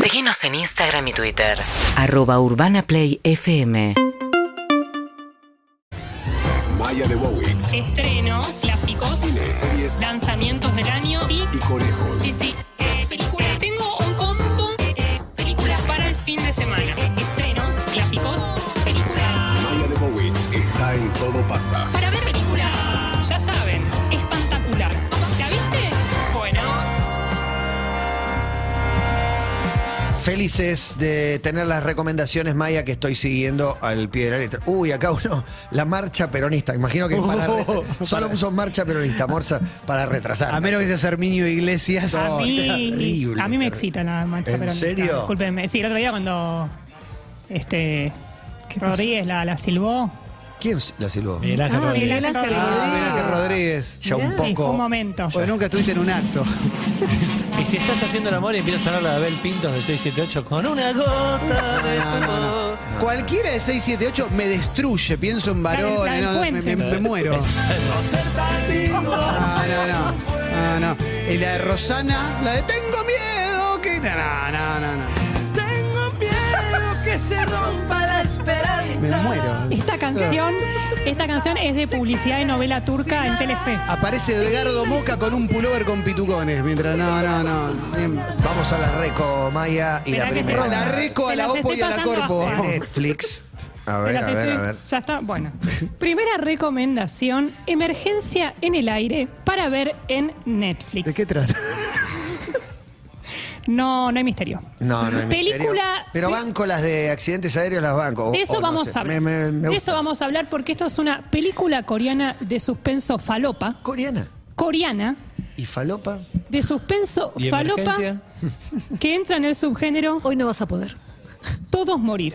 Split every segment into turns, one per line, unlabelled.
Seguinos en Instagram y Twitter.
Arroba Urbana Play FM.
Maya de Bowix.
Estrenos, clásicos,
Cine, series
lanzamientos del año y
y conejos.
sí, sí, eh, películas. Tengo un combo de eh, películas para el fin de semana. Estrenos, clásicos, películas.
Maya de Bowix está en Todo Pasa.
Para ver películas, ya saben, espantacular. ¿La viste? Bueno,
Felices de tener las recomendaciones, Maya, que estoy siguiendo al pie de la letra. Uy, acá uno, la marcha peronista. Imagino que para
Oh,
re- solo puso marcha peronista, Morsa, para retrasar.
A menos que seas Herminio Iglesias.
No,
a mí,
terrible,
a mí
terrible.
me excita la marcha
¿En
peronista.
serio?
Discúlpenme. Sí, el otro día cuando este, Rodríguez la, la silbó.
¿Quién la silbó?
Miguel Ángel
Ah,
Rodríguez.
Miguel Ángel
Ah, Miguel Ángel
Rodríguez.
Rodríguez.
Ya un
Mirá,
Y Fue un
poco.
momento.
Porque nunca estuviste en un acto.
Y si estás haciendo el amor y empieza a sonar la de Abel Pintos de 678 con una gota de
Ah.
tu amor.
Cualquiera de 678 me destruye. Pienso en
la
varones,
del
no, me,
puente.
me- me muero. Ah, no, no. Ah, no. Y la de Rosana, la de Tengo miedo que. No, no, no, no.
Tengo miedo que se rompa la esperanza.
Me muero.
Esta canción, esta canción es de publicidad de novela turca en Telefe.
Aparece Edgardo Moca con un pullover con pitucones. Mientras. No, no, no. Bien.
Vamos a la reco, Maya, y
Mirá
la
que se
primera.
A la reco, a
Se
la
las
opo y
estoy
a la
pasando
corpo.
de
abajo.
Netflix. A ver,
Te las
a ver,
estoy-
a ver.
Ya está, bueno. Primera recomendación, Emergencia en el aire para ver en Netflix.
¿De qué trata?
No, no hay misterio.
No, no hay misterio.
Película-
Pero banco las de accidentes aéreos, las banco. o-
De eso
o no
vamos
sé.
a hablar.
Me- me- me
de
gusta.
eso vamos a hablar porque esto es una película coreana de suspenso falopa.
Coreana.
Coreana
¿Y falopa?
de suspenso
¿Y
falopa
emergencia?
que entra en el subgénero
Hoy no vas a poder.
Todos morir.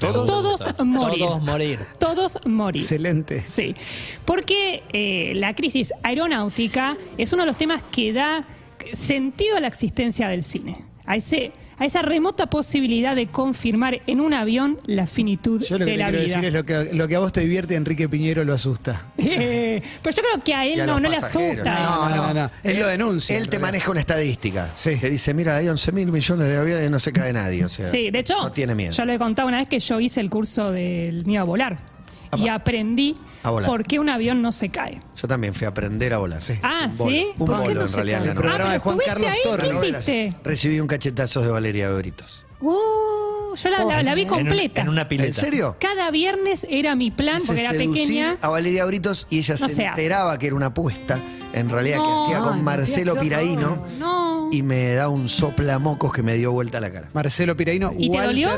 Todo.
Todos morir.
Todos morir.
Todos morir.
Excelente.
Sí, porque eh, la crisis aeronáutica es uno de los temas que da sentido a la existencia del cine, a, ese, a esa remota posibilidad de confirmar en un avión la finitud
Yo lo que
de
te
la
quiero
vida.
decir es lo que, lo que a vos te divierte, Enrique Piñero lo asusta.
Eh, pero yo creo que a
Y
él
a
no,
los
no le
pasajeros.
asusta.
No, no, no. Él lo denuncia,
Él
en
te
realidad.
maneja una estadística.
Sí.
Te dice, mira, hay 11 mil millones de aviones y no se cae nadie. O sea,
Sí, de hecho,
No tiene miedo.
yo lo he contado una vez que yo hice el curso del mío a volar y aprendí
Ah, A volar.
por qué un avión no se cae.
Yo también fui a aprender a volar. Sí.
Ah,
Un bolo.
¿sí?
Un
¿Por
bolo,
qué no
en
se cae? Ah,
realidad. en la
El
novela.
programa de
pero
Juan
estuviste
Carlos
ahí,
Torres,
¿Qué
la
Novela,
hiciste?
sí. Recibí un cachetazo de Valeria Britos.
Uh, yo la, la- la vi
En un-
completa.
En una pileta.
¿En serio?
Cada viernes era mi plan, porque
Se
era
seducí
pequeña.
a Valeria Britos y ella
No
se
se hace.
enteraba que era una apuesta, en realidad,
No,
que hacía
ay,
con Marcelo
qué horror.
Piraíno
No.
y me da un soplamocos que me dio vuelta la cara.
Marcelo Piraíno,
¿Y te
Walter,
dolió?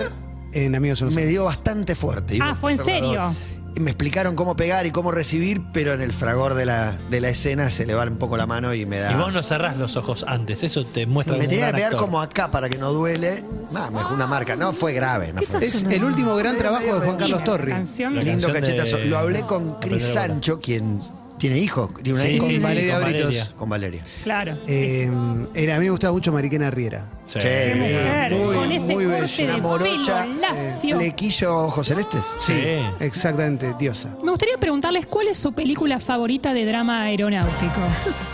En Amigos Somos
Me dio bastante fuerte.
Ah, ¿fue en
Conservador. Y Me explicaron cómo pegar y cómo recibir, pero en el fragor de la, de la escena se le va un poco la mano y me da.
Y vos no cerrás los ojos antes, eso te muestra
Ah. Me
como un
tenía que
gran
pegar
actor.
como acá para que no duele. Nah, me dejó una marca. No fue grave. No
¿Qué
fue-
estás-
Es el último gran
Sí, sí,
trabajo de Juan
sí.
Carlos Torri.
Canción.
La
Lindo
canción de-
cachetazo. Lo hablé con Cris
Aprender a volar.
Sancho, quien tiene hijos. Tiene una
Sí,
hija
sí,
con
sí,
Valeria
con
Britos.
Valeria.
Con Valeria.
Claro.
Eh, era- a mí me gustaba mucho Mariquena Riera.
Sí.
Qué
Che,
mujer,
muy,
con ese
muy
corte
bello.
de
Una morocha. eh,
pelo lacio.
Flequillo ojos celestes.
Sí.
Exactamente, diosa.
Me gustaría preguntarles cuál es su película favorita de drama aeronáutico.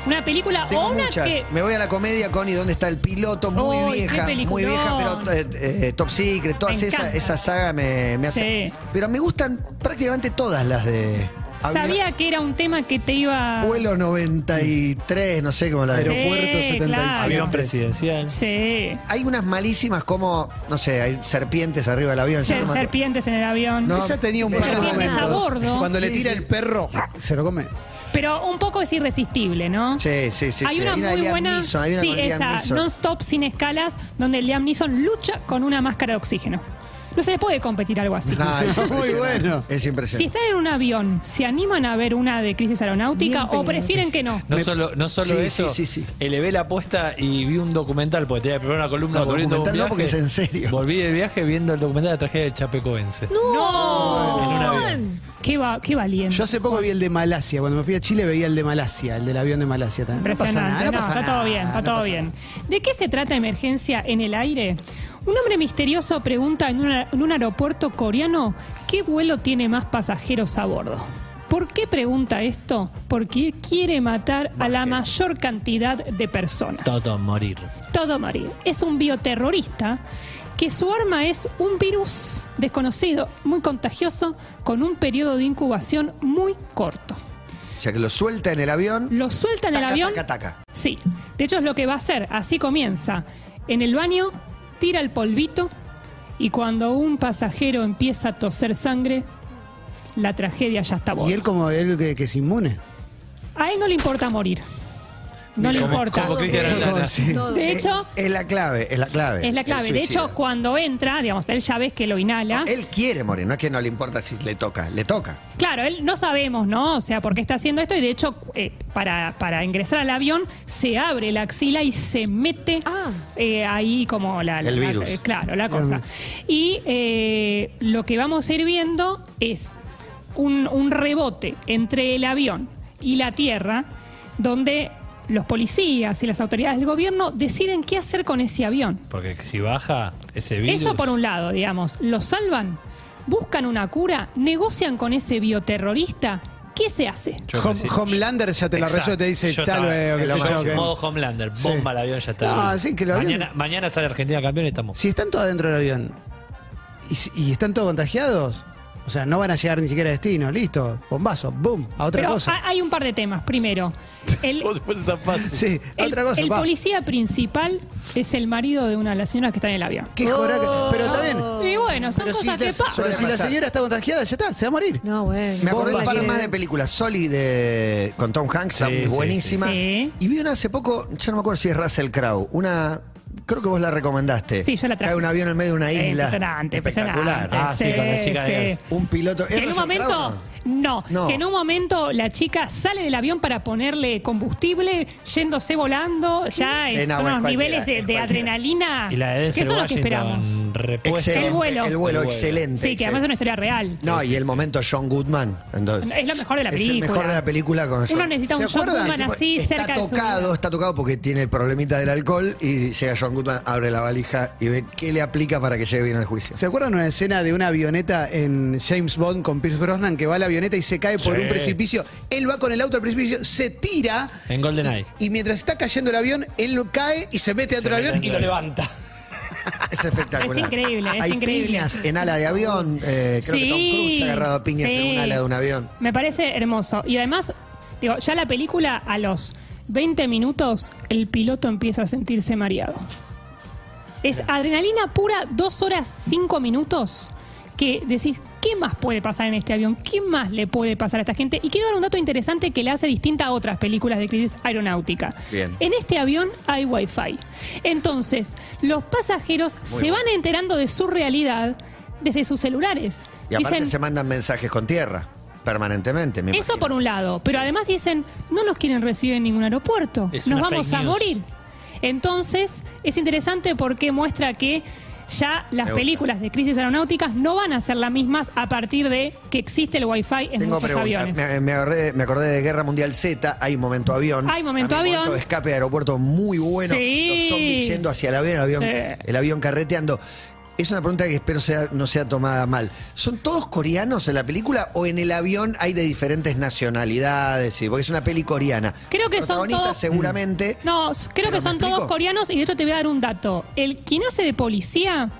Una película
Tengo
o una
muchas.
que.
Me voy a la comedia con y dónde está el piloto, muy
Uy, qué
vieja, muy
peliculón.
vieja, pero eh, eh, Top Secret, todas
Me
esas,
encanta.
esa saga me, me
Sí.
hace. Pero me gustan prácticamente todas las de.
Sabía que era un tema que te iba.
Vuelo 93, no sé cómo la de.
Sí,
Aeropuerto 75.
claro.
Avión presidencial.
Sí.
Hay unas malísimas como, no sé, hay serpientes arriba del avión. yo
Ser-
no me acuerdo.
serpientes en el avión.
No,
Esa tenía un
esa
par de
tiene
momentos.
sabor, ¿no?
Cuando le
Sí,
tira
sí.
el perro, se lo come.
Pero un poco es irresistible, ¿no?
Sí, sí, sí.
hay
sí.
una
de
muy
Liam
buena,
Neeson, hay una
sí,
con Liam
esa
Neeson.
non-stop sin escalas, donde Liam Neeson lucha con una máscara de oxígeno. No se le puede competir algo así.
No, Ah, es
Muy
impresionante,
bueno.
Es
Si
impresionante.
están en un avión, ¿se animan a ver una de crisis aeronáutica
Bien
o
peleado.
prefieren que no?
No solo, no solo
Sí,
eso,
sí, sí, sí.
elevé la apuesta y vi un documental, porque tenía que preparar una columna
No,
volviendo de un
documental no, porque
viaje.
es en serio.
Volví de viaje viendo el documental de la tragedia del Chapecoense.
¡No!
En un avión.
Qué, va- qué valiente.
Yo hace poco vi el de Malasia. Cuando me fui a Chile veía el de Malasia, el del avión de Malasia también. No pasa nada,
Impresionante.
no,
No,
pasa
está
nada,
todo bien, está
no
todo
pasa
bien. ¿De qué se trata emergencia en el aire? Un hombre misterioso pregunta en, una- en un aeropuerto coreano qué vuelo tiene más pasajeros a bordo. ¿Por qué pregunta esto? Porque quiere matar a la mayor cantidad de personas.
Todo morir.
Todo morir. Es un bioterrorista que su arma es un virus desconocido, muy contagioso, con un periodo de incubación muy corto.
O sea que lo suelta en el avión.
Lo suelta en el
taca,
avión.
taca, taca.
Sí. De hecho, es lo que va a hacer. Así comienza. En el baño, tira el polvito y cuando un pasajero empieza a toser sangre, la tragedia ya está
Y
buena.
él como él que, que es inmune.
A él no le importa morir. No le
Como-
importa.
Como Cristian Aldana.
Todo.
De hecho,
Eh, Es la clave, es la clave.
es la clave.
el
De
suicidio.
hecho, cuando entra, digamos, él ya ves que lo inhala.
Él quiere morir, no es que no le importa si le toca, le toca.
Claro, él no sabemos, ¿no? O sea, por qué está haciendo esto y de hecho, eh, para, para ingresar al avión, se abre la axila y se mete
Ah.
eh, ahí como la...
El
la-
virus.
eh, claro, la cosa. Y eh, lo que vamos a ir viendo es un, un rebote entre el avión y la tierra, donde los policías y las autoridades del gobierno deciden qué hacer con ese avión.
Porque si baja ese virus.
Eso por un lado, digamos, lo salvan, buscan una cura, negocian con ese bioterrorista, ¿qué se hace?
Yo
Hom-
pensé-
Homelander ya te la
Exacto.
resuelve te dice,
Yo
"Hasta
estaba-
luego, qué
en
sé
modo-
yo, que-".
modo Homelander,
Sí.
bomba al avión, ya está.
No, sí, que lo
mañana, mañana sale Argentina campeón y estamos.
Si están todos adentro del avión y, si- y están todos contagiados, o sea, no van a llegar ni siquiera a destino, listo, bombazo, boom, a otra
Pero ah,
cosa.
ha- hay un par de temas. Primero, el,
Vos fuiste tan fácil.
sí, a
el-
otra cosa,
el
pa.
policía principal es el marido de una de las señoras que está en el avión.
Qué jora
Oh.
que- Pero también.
Y bueno, son
Oh. Pero
cosas
si, la,
que pasan.
pero si la
Suele pasar.
señora está contagiada, ya está, se va a morir.
No,
Eh,
bueno.
Me acordé
Bomba.
un par
Sí.
más de películas. Soli de, con Tom Hanks,
Sí, sí,
buenísima.
sí. Sí.
Y vi una hace poco, ya no me acuerdo si es Russell Crowe, una. Creo que vos la recomendaste.
Sí, yo la traje.
Cae un avión en medio de una
Eh,
isla.
Impresionante,
Espectacular.
impresionante.
Ah, sí, con la chica de Girls.
Un piloto. ¿es
Que en un
Russell Crowe,
momento,
no?
no,
No.
que en un momento la chica sale del avión para ponerle combustible, yéndose volando, ya
Sí,
es-
no,
son
es
unos
cualquiera,
niveles de,
es
de
cualquiera.
adrenalina
Ah, Y la de
que eso
Denzel
es lo que
Washington
esperamos.
repuesta.
Excelente.
El vuelo.
El vuelo, excelente.
Sí, que además es una historia real.
No, y el momento John Goodman. entonces.
Es lo mejor de la
Es el
película.
mejor de la película con
Uno
John-
necesita
¿Se
un John
acuerdan?
Goodman
Tipo,
así
está
cerca de su
tocado,
vida.
está tocado porque tiene el problemita del alcohol y llega John Goodman, abre la valija y ve qué le aplica para que llegue bien al juicio.
¿Se acuerdan una escena de una avioneta en James Bond con Pierce Brosnan que va a la avioneta y se cae por
Sí.
un precipicio? Él va con el auto al precipicio, se tira
En GoldenEye.
y mientras está cayendo el avión, él lo cae y se mete
Se
dentro del
mete
avión y lo
dentro del
levanta.
Es espectacular.
Es increíble, es
Hay
increíble.
piñas en ala de avión. eh, creo que Tom Cruise
Sí,
ha agarrado a piñas
sí.
en un ala de un avión.
Me parece hermoso. Y además, digo, ya la película a los 20 minutos, el piloto empieza a sentirse mareado. Es adrenalina pura, dos horas, cinco minutos, que decís, ¿qué más puede pasar en este avión? ¿Qué más le puede pasar a esta gente? Y quiero dar un dato interesante que la hace distinta a otras películas de crisis aeronáutica.
Bien.
En este avión hay wifi. Entonces, los pasajeros se
bueno.
van enterando de su realidad desde sus celulares.
Y aparte
Dicen,
se mandan mensajes con tierra permanentemente. me
eso
imagino.
por un lado, pero además dicen, no nos quieren recibir en ningún aeropuerto,
Es
nos
una
vamos
fake
a
news.
morir. Entonces, es interesante porque muestra que ya las
gusta.
películas de crisis aeronáuticas no van a ser las mismas a partir de que existe el wifi en
Tengo
muchos
pregunta.
aviones.
Me, me agarré- me acordé de Guerra Mundial Z. Hay momento avión.
Hay momento
un
avión.
de escape de aeropuerto muy bueno.
Sí.
Los zombies yendo hacia el avión, el avión,
Eh.
el avión carreteando. Es una pregunta que espero sea, no sea tomada mal. ¿Son todos coreanos en la película o en el avión hay de diferentes nacionalidades? Sí, Porque es una peli coreana.
Creo que
El
son
protagonista
todos-
seguramente.
No, s- creo
¿Pero
que son
me
todos
explico?
coreanos y de hecho te voy a dar un dato. El quien hace de policía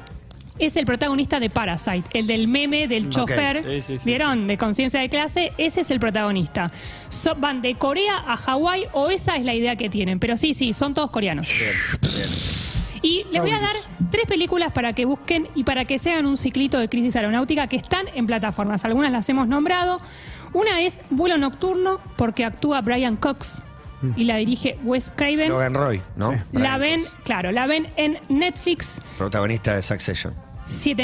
es el protagonista de Parasite, el del meme del chofer.
Sí, sí, sí,
¿Vieron? De conciencia de clase, ese es el protagonista. So- van de Corea a Hawái o esa es la idea que tienen. Pero sí, sí, son todos coreanos. Y les voy a dar tres películas para que busquen y para que sean un ciclito de crisis aeronáutica que están en plataformas. Algunas las hemos nombrado. Una es Vuelo Nocturno, porque actúa Brian Cox y la dirige Wes Craven.
Logan Roy, ¿no?
La
Brian
ven,
Cox,
claro, la ven en Netflix
Protagonista de Succession.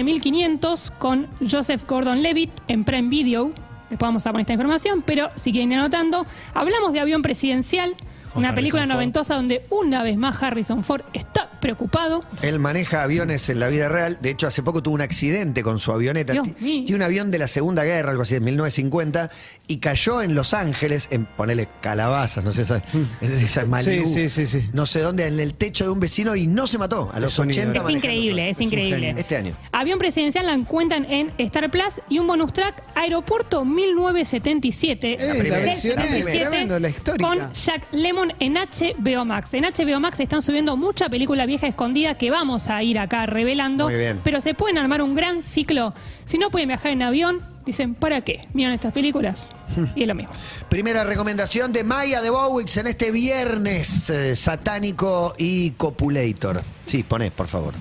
7500 con Joseph Gordon-Levitt en Prime Video. Después vamos a poner esta información, pero si quieren ir anotando, hablamos de avión presidencial, Una
Harrison
película
Ford.
noventosa donde una vez más Harrison Ford está preocupado.
Él maneja aviones en la vida real. De hecho, hace poco tuvo un accidente con su avioneta.
Dios
Ti-
mío.
Tiene un avión de la Segunda Guerra, algo así, en 1950, y cayó en Los Ángeles, en ponele calabazas, no sé, esa, esa es Malibú,
Mm. Sí, sí, sí, sí.
No sé dónde, en el techo de un vecino y no se mató. A los
un
80
ídolo. Es
Es
manejando
increíble,
solo.
es
es un
increíble.
genio.
Este año.
Avión presidencial la encuentran en Star Plus y un bonus track Aeropuerto 1977.
Eh, la
primera,
versión
la
es
primera.
tremendo, la histórica.
Con Jack Lemon en HBO Max. En HBO Max están subiendo mucha película vieja escondida que vamos a ir acá revelando.
Muy bien.
Pero se pueden armar un gran ciclo. Si no pueden viajar en avión, dicen, ¿para qué? Miran estas películas y es lo mismo.
Primera recomendación de Maya de Bowix en este viernes eh, satánico y copulator. Sí, ponés, por favor.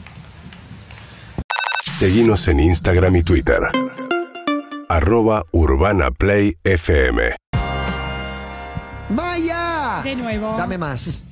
Seguimos en Instagram y Twitter. Arroba Urbana Play FM.
¡Maya!
De nuevo.
Dame más.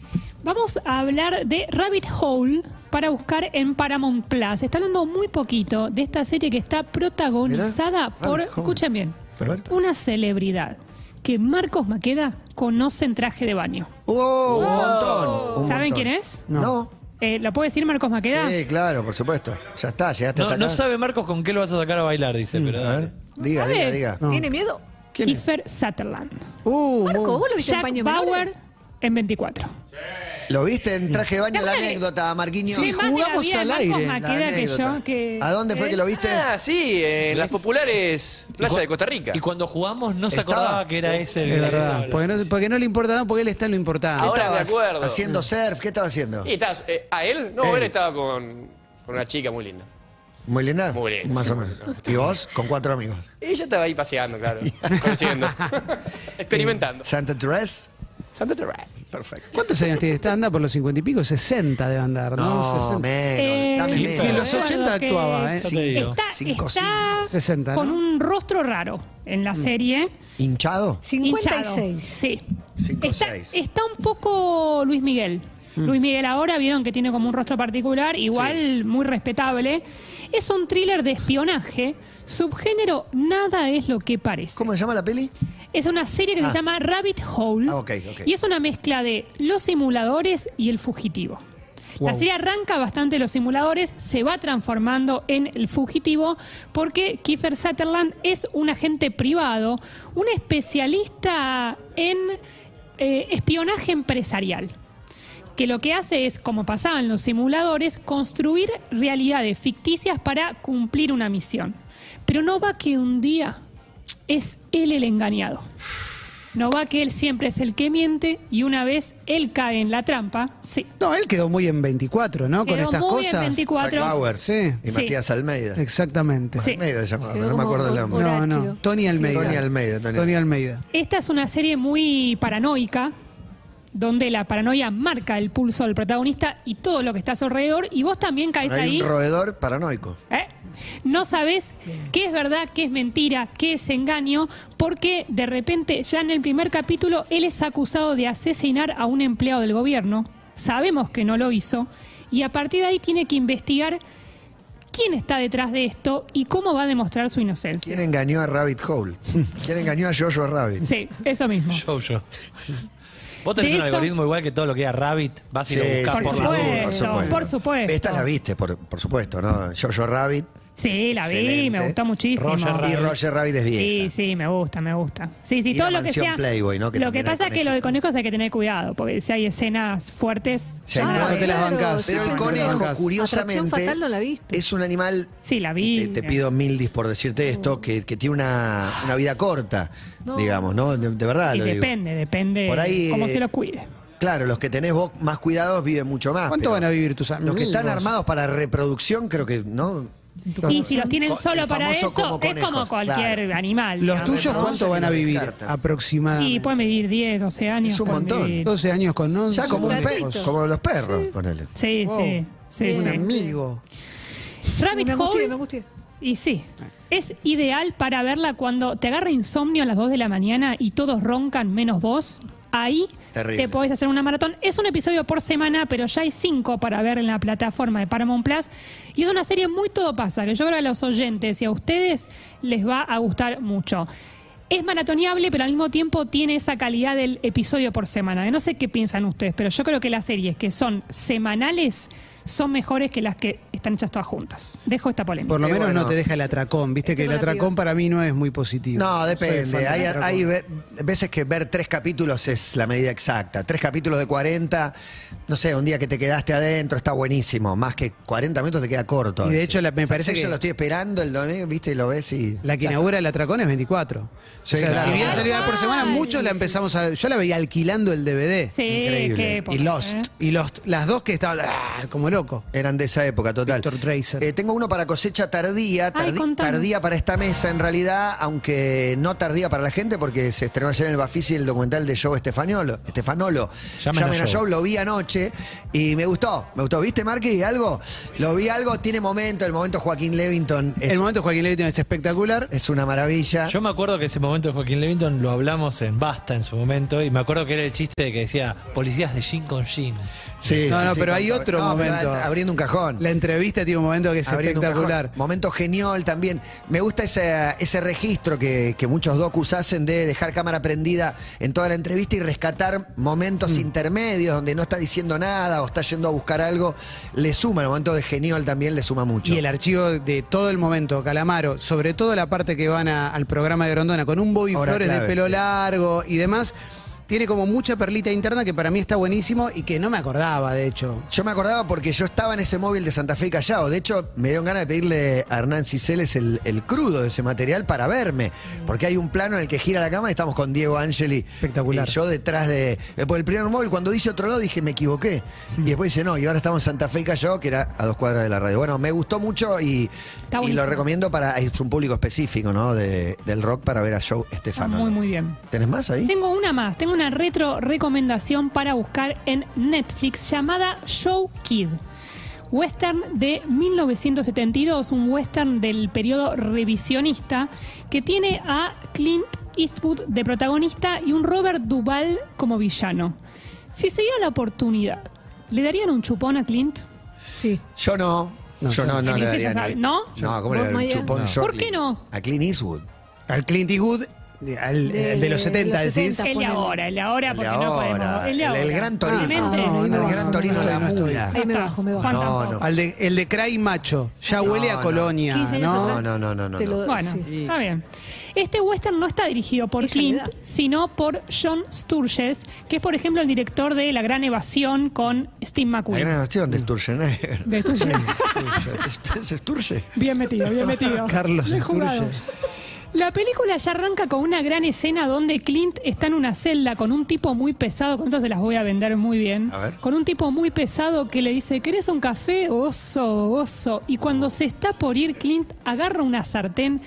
Vamos a hablar de Rabbit Hole para buscar en Paramount Plus. Está hablando muy poquito de esta serie que está protagonizada
Mirá,
por,
Rabbit Hole.
escuchen bien,
Perfecto.
una celebridad que Marcos Maqueda conoce en traje de baño.
¡Oh, un montón! un
¿Saben
montón.
quién es?
No.
Eh, ¿Lo puede decir Marcos Maqueda?
Sí, claro, por supuesto. Ya está, llegaste
No,
hasta
no
acá.
sabe Marcos con qué lo vas a sacar a bailar, dice,
Mm,
pero.
A ver, diga, diga,
sabe?
diga.
¿Tiene miedo?
¿Quién es?
Kiefer Sutherland.
Uh,
Marco,
muy-
¿vos lo viste en
Jack
paño
Bauer
menores?
en 24.
¿Lo viste en traje de baño la
Dale.
anécdota, Marquinhos?
Sí,
Sé más de la
jugamos
vida de
al
Marcos
aire, la
Maqueda que yo. Que...
¿A dónde fue que lo viste?
Ah, sí, en las populares playas de Costa Rica.
Y cuando jugamos no se
Estaba.
acordaba que era ese. el-
Es verdad.
el-
Porque no, porque no le importa, no, porque él está en lo importante.
Ahora me
¿Estabas
acuerdo.
haciendo surf? ¿Qué estaba haciendo?
Y estás, eh, ¿A él? No,
Él.
él estaba con, con una chica muy linda.
¿Muy linda?
Muy linda,
Más
sí.
o menos. ¿Y vos? Con cuatro amigos.
Ella estaba ahí paseando, claro. conociendo. Experimentando.
¿Santa Teresa?
Santa Teresa.
Perfecto.
¿Cuántos años tiene? Está anda por los 50 y pico, 60 debe andar, ¿no?
No,
60.
menos.
Eh,
Dame
Sí,
menos.
Si en los
Recuerdo
80
que-
actuaba, ¿eh?
Ya te digo.
Está,
Cinco,
está
cinco. 60, ¿no?
con un rostro raro en la serie.
¿Hinchado?
56.
56.
Sí.
Cinco,
Está,
seis. Mm.
está un poco Luis Miguel. Luis Miguel ahora vieron que tiene como un rostro particular, igual muy respetable. Es un thriller de espionaje, subgénero nada es lo que parece.
¿Cómo se llama la peli?
Es una serie que
Ah.
se llama Rabbit Hole
Ah, ok, ok.
y es una mezcla de Los Simuladores y El Fugitivo. La serie arranca bastante los simuladores, se va transformando en el fugitivo, porque Kiefer Sutherland es un agente privado, un especialista en eh, espionaje empresarial que lo que hace es, como pasaba en los simuladores, construir realidades ficticias para cumplir una misión. Pero no va que un día es él el engañado. No va que él siempre es el que miente y una vez él cae en la trampa, sí.
No, él quedó muy en 24, ¿no? Con
Quedó
estas
muy en
cosas.
24.
Jack Bauer.
Sí.
Y
Sí.
Matías Almeida.
Exactamente.
Sí.
Almeida se llamaba, no me acuerdo el nombre.
No, no.
Horacio.
Tony Almeida.
Tony Almeida, Tony.
Tony Almeida.
Esta es una serie muy paranoica, donde la paranoia marca el pulso del protagonista y todo lo que está a su alrededor, y vos también caes
Hay
ahí.
un roedor paranoico.
¿Eh? No sabes qué es verdad, qué es mentira, qué es engaño, porque de repente ya en el primer capítulo él es acusado de asesinar a un empleado del gobierno. Sabemos que no lo hizo. Y a partir de ahí tiene que investigar quién está detrás de esto y cómo va a demostrar su
¿Quién
inocencia.
engañó a Rabbit Hole? ¿Quién engañó a Jojo Rabbit?
Sí, eso mismo.
Yo, yo. Vos tenés
De
un
eso-
algoritmo igual que todo lo que era Rabbit, vas y lo
Sí,
buscas
por
sí,
por
sí,
la
sí,
duda.
supuesto, por supuesto.
Esta la viste, por, por supuesto, ¿no? Jojo Rabbit
Sí, la vi,
Excelente.
me gustó muchísimo.
Roger Rabbit.
y Roger Rabbit es
Sí,
bien.
sí, me gusta, me gusta. Sí, sí,
Y
todo
la
lo que
mansión
sea.
Playboy, ¿no? Que
lo que
también hay
pasa es que lo de
conejitos.
conejos hay que tener cuidado, porque si hay escenas fuertes.
Sí,
ya-
hay
no
muerte.
te las bancas.
Pero
Sí,
el
no te las
conejo,
bancas.
curiosamente,
Atracción fatal no la viste.
es un animal,
Sí, la vi.
te, te pido mil dis por decirte esto, que, que tiene una, una vida corta, digamos, ¿no? De, de verdad
Y
lo digo.
depende, depende
Por ahí,
cómo
eh,
se lo cuide.
Claro, los que tenés vos más cuidados viven mucho más.
¿Cuánto
Ah, pero
van a vivir tus amigos?
Los que están armados para reproducción, creo que, ¿no?
Y si los tienen
Co-
solo
el
para
famoso
eso,
como
es como
conejos,
cualquier
claro.
animal.
¿Los
digamos,
tuyos
¿no?
reconoce
cuánto
que
van a
lo
vivir?
descartan.
Y
Aproximadamente.
pueden vivir 10, 12 años.
Es un
pueden
montón.
vivir.
12 años con 11.
Ya como un pe-
perrito.
como los perros, ponele.
Sí,
Wow.
sí. Sí,
Un
sí.
amigo.
Rabbit
Me angustié,
Hole.
me angustié.
Y sí,
Ah.
es ideal para verla cuando te agarra insomnio a las 2 de la mañana y todos roncan menos vos. Ahí
Terrible.
te podés hacer una maratón. Es un episodio por semana, pero ya hay cinco para ver en la plataforma de Paramount Plus. Y es una serie muy todo pasa, que yo creo que a los oyentes y a ustedes les va a gustar mucho. es maratoneable, pero al mismo tiempo tiene esa calidad del episodio por semana. No sé qué piensan ustedes, pero yo creo que las series que son semanales son mejores que las que están hechas todas juntas. Dejo esta polémica.
Por lo
Eh,
menos
bueno.
no te deja el atracón, viste
Estoy
que el
con la
atracón
piba.
para mí no es muy positivo.
No,
Soy fan
depende.
del
Hay,
atracón.
hay ve- veces que ver tres capítulos es la medida exacta. Tres capítulos de 40, no sé, un día que te quedaste adentro está buenísimo. Más que 40 minutos te queda corto. a
Y de
veces.
hecho, la- me
O sea,
parece
yo
que-
lo estoy esperando el domingo, viste, y lo ves y.
La que
ya.
inaugura el atracón es 24.
Sí,
o sea,
claro.
si bien salía por semana, muchos la empezamos a. Yo la veía alquilando el DVD.
Sí, qué
Increíble.
época,
Y Lost.
¿eh?
Y Lost. Las dos que estaban ah, como loco.
Eran de esa época, total.
Víctor Dreiser.
Eh, tengo uno para cosecha tardía,
Ay,
tardi-
contanos.
tardía para esta mesa en realidad, aunque no tardía para la gente porque se estrenó ayer en el Bafisi el documental de Joe Estefanolo. Estefanolo.
Llamen a Joe.
lo vi anoche y me gustó, me gustó. ¿Viste, Marqui, algo? Lo vi algo, tiene momento, el momento Joaquín Levington es,
El momento de Joaquín Levington es espectacular.
es una maravilla.
Yo me acuerdo que ese momento de Joaquín Levington lo hablamos en Basta en su momento y me acuerdo que era el chiste de que decía policías de Jim con Jim.
Sí,
No,
sí,
no,
sí,
pero
con-
hay otro
no, pero
momento.
abriendo un cajón.
La entrevista tiene un momento que es
Abriendo un
espectacular.
cajón. Momento genial también. Me gusta ese, ese registro que, que muchos docus hacen de dejar cámara prendida en toda la entrevista y rescatar momentos
Mm.
intermedios donde no está diciendo nada o está yendo a buscar algo. Le suma, el momento de genial también le suma mucho.
Y el archivo de todo el momento, Calamaro, sobre todo la parte que van a- al programa de Grondona, con un Bobby
Ahora
Flores
clave,
de pelo
sí.
largo y demás, tiene como mucha perlita interna que para mí está buenísimo y que no me acordaba, de hecho.
Yo me acordaba porque yo estaba en ese móvil de Santa Fe y Callao. De hecho, me dieron ganas de pedirle a Hernán Ciceles el, el crudo de ese material para verme. Porque hay un plano en el que gira la cámara y estamos con Diego Angeli.
Espectacular.
Y yo detrás de. eh, Por el primer móvil, cuando dice otro lado, dije, me equivoqué. Y después dice, no, y ahora estamos en Santa Fe y Callao, que era a dos cuadras de la radio. Bueno, me gustó mucho y,
Está
y
buenísimo.
lo recomiendo para. Es un público específico, ¿no? De- del rock para ver a Joe
Está
Estefano.
muy, muy bien.
¿Tenés más ahí?
Tengo una más, tengo una retro recomendación para buscar en Netflix llamada Show Kid. Western de 1972, un western del periodo revisionista que tiene a Clint Eastwood de protagonista y un Robert Duvall como villano. Si se diera la oportunidad, ¿le darían un chupón a Clint?
Sí.
Yo no.
No,
yo
yo
no,
no.
no le
Ese ya
daría
sabe,
ni-
¿no?
No, ¿cómo le
¿Vos,
daría un
Maya?
chupón
No.
yo a
¿Por qué
Clint-
no?
A Clint Eastwood.
Al Clint Eastwood, de- al,
De-
el de los 70,
los
decís.
70.
El
ponele.
de ahora, el de ahora,
El de
porque no podemos.
ahora, el- el gran Torino.
Obviamente.
Ah, no,
el
no,
gran
no,
Torino
no,
la
no estoy.
mula.
Ahí me bajo, me bajo.
Juan
No,
tampoco.
no.
Al de, el de Cray Macho. Ya huele
No,
a
no.
colonia,
15 años
¿no?
atrás.
No, no, no, no, no.
Te lo-
Bueno,
sí.
está bien. Este western no está dirigido por
Es
Clint,
realidad.
sino por John Sturges, que es, por ejemplo, el director de La Gran Evasión con Steve
La gran
McQueen.
acción de Sturzenegger.
De Sturges.
¿Se Sturge?
Bien metido, bien metido.
Carlos
Bien jugado.
Sturges.
La película ya arranca con una gran escena donde Clint está en una celda con un tipo muy pesado, con esto se las voy a vender muy bien,
A ver.
con un tipo muy pesado que le dice, ¿querés un café? Oso, oso. Y cuando se está por ir, Clint agarra una sartén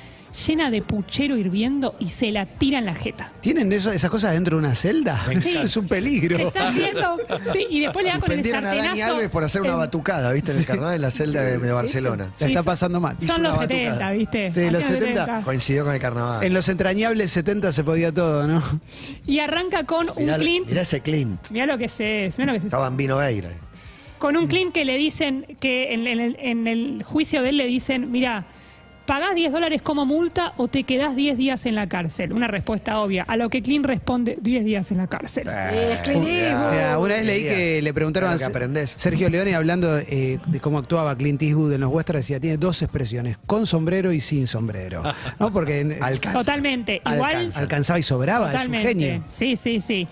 llena de puchero hirviendo y se la tira en la jeta.
¿Tienen de eso- esas cosas dentro de una celda? Eso es un
Se
peligro.
está haciendo, sí, y después le da con el
Suspendieron a Dani
sartenazo.
Alves por hacer una
en-
batucada, ¿viste? En el carnaval en la celda de, de Barcelona.
La
Sí,
está
son-
pasando mal.
Hizo
Son los
una batucada.
70, ¿viste?
Sí, los
Hacían
70.
Coincidió con el carnaval.
En los entrañables 70 se podía todo, ¿no?
Y arranca con
mirá,
un Clint.
mirá ese Clint.
Mirá lo que es, mirá lo que es eso.
Estaba en Vino Veira.
Con un clint que le dicen, que en, en el, en el juicio de él le dicen, mira, pagás 10 dólares como multa o te quedás 10 días en la cárcel. Una respuesta obvia. A lo que Clint responde, 10 días en la cárcel.
Eh, Clint Eastwood.
O sea, una vez leí que le preguntaron
Claro que
a
aprendés.
Sergio Leone hablando eh, de cómo actuaba Clint Eastwood en los westerns, decía, tiene dos expresiones, con sombrero y sin sombrero. ¿No? Porque en-
Alcanza.
Totalmente. Igual.
Alcanza.
alcanzaba y sobraba,
Totalmente.
es un genio.
Sí, sí, sí.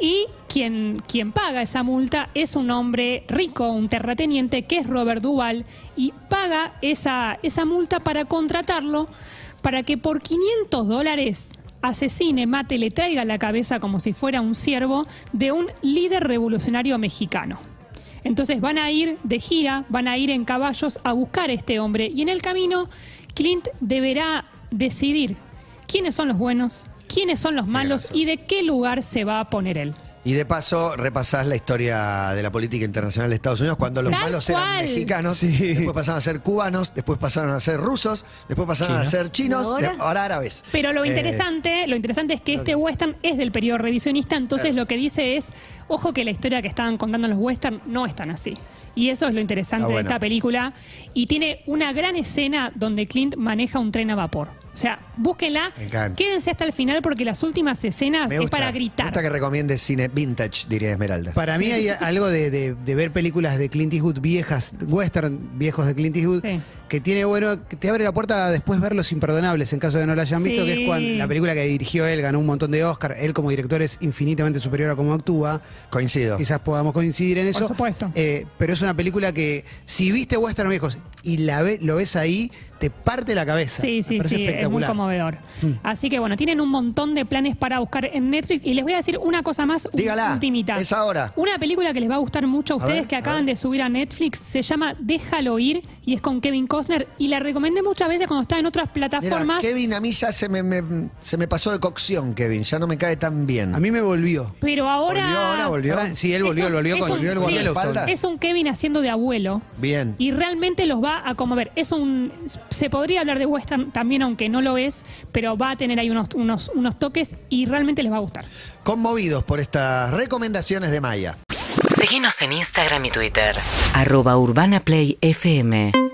Y quien, quien paga esa multa es un hombre rico, un terrateniente, que es Robert Duval, y paga esa, esa multa para contratarlo para que por 500 dólares asesine, mate, le traiga la cabeza como si fuera un siervo de un líder revolucionario mexicano. Entonces van a ir de gira, van a ir en caballos a buscar a este hombre y en el camino Clint deberá decidir quiénes son los buenos, quiénes son los malos y de qué lugar se va a poner él.
Y de paso, repasás la historia de la política internacional de Estados Unidos cuando los
Tal
malos
cual.
eran mexicanos, después pasaron a ser cubanos, después pasaron a ser rusos, después pasaron a ser chinos,
¿Y
de-
ahora?
ahora? árabes.
Pero lo
Eh,
interesante, lo interesante es que este western es del periodo revisionista, entonces lo que dice es, ojo que la historia que estaban contando los western no es tan así. Y eso es lo interesante
Ah, bueno.
de esta película. Y tiene una gran escena donde Clint maneja un tren a vapor. O sea, búsquenla,
Me encanta.
quédense hasta el final porque las últimas escenas
Me
es
gusta.
para gritar.
Me gusta que recomiendes cine vintage, diría Esmeralda.
Para mí hay algo de, de- de ver películas de Clint Eastwood viejas, western viejos de Clint Eastwood,
Sí.
que tiene bueno, que te abre la puerta a después ver Los Imperdonables, en caso de no la hayan visto,
Sí.
que es cuando la película que dirigió él ganó un montón de Oscar. Él como director es infinitamente superior a cómo actúa.
Coincido.
Quizás podamos coincidir en eso.
supuesto.
Eh, pero es una película que, si viste western viejos y la ve, lo ves ahí, te parte la cabeza.
Sí,
Me
sí,
parece
sí, es muy
espectacular.
conmovedor.
Mm.
Así que bueno, tienen un montón de planes para buscar en Netflix y les voy a decir una cosa más un-
Dígala,
ultimita.
es ahora.
Una película que les va a gustar mucho a ustedes
ver,
que
a
acaban
ver.
de subir a Netflix se llama Déjalo ir y es con Kevin Costner y la recomendé muchas veces cuando estaba en otras
Mira,
plataformas.
Kevin, a mí ya se me, me- se me pasó de cocción, Kevin. Ya no me cae tan bien.
A mí me volvió.
Pero ahora,
Volvió, ahora volvió.
Ahora, sí, él volvió,
Es un-
él volvió
es
con
un-
volvió el
sí.
guardián
Espalda.
es un Kevin haciendo de abuelo.
Bien.
Y realmente los va a conmover. Es un. Se podría hablar de western también, aunque no lo es, pero va a tener ahí unos, unos, unos toques y realmente les va a gustar.
Conmovidos por estas recomendaciones de Maya.
Seguinos en Instagram y Twitter.
arroba urbanaplayfm.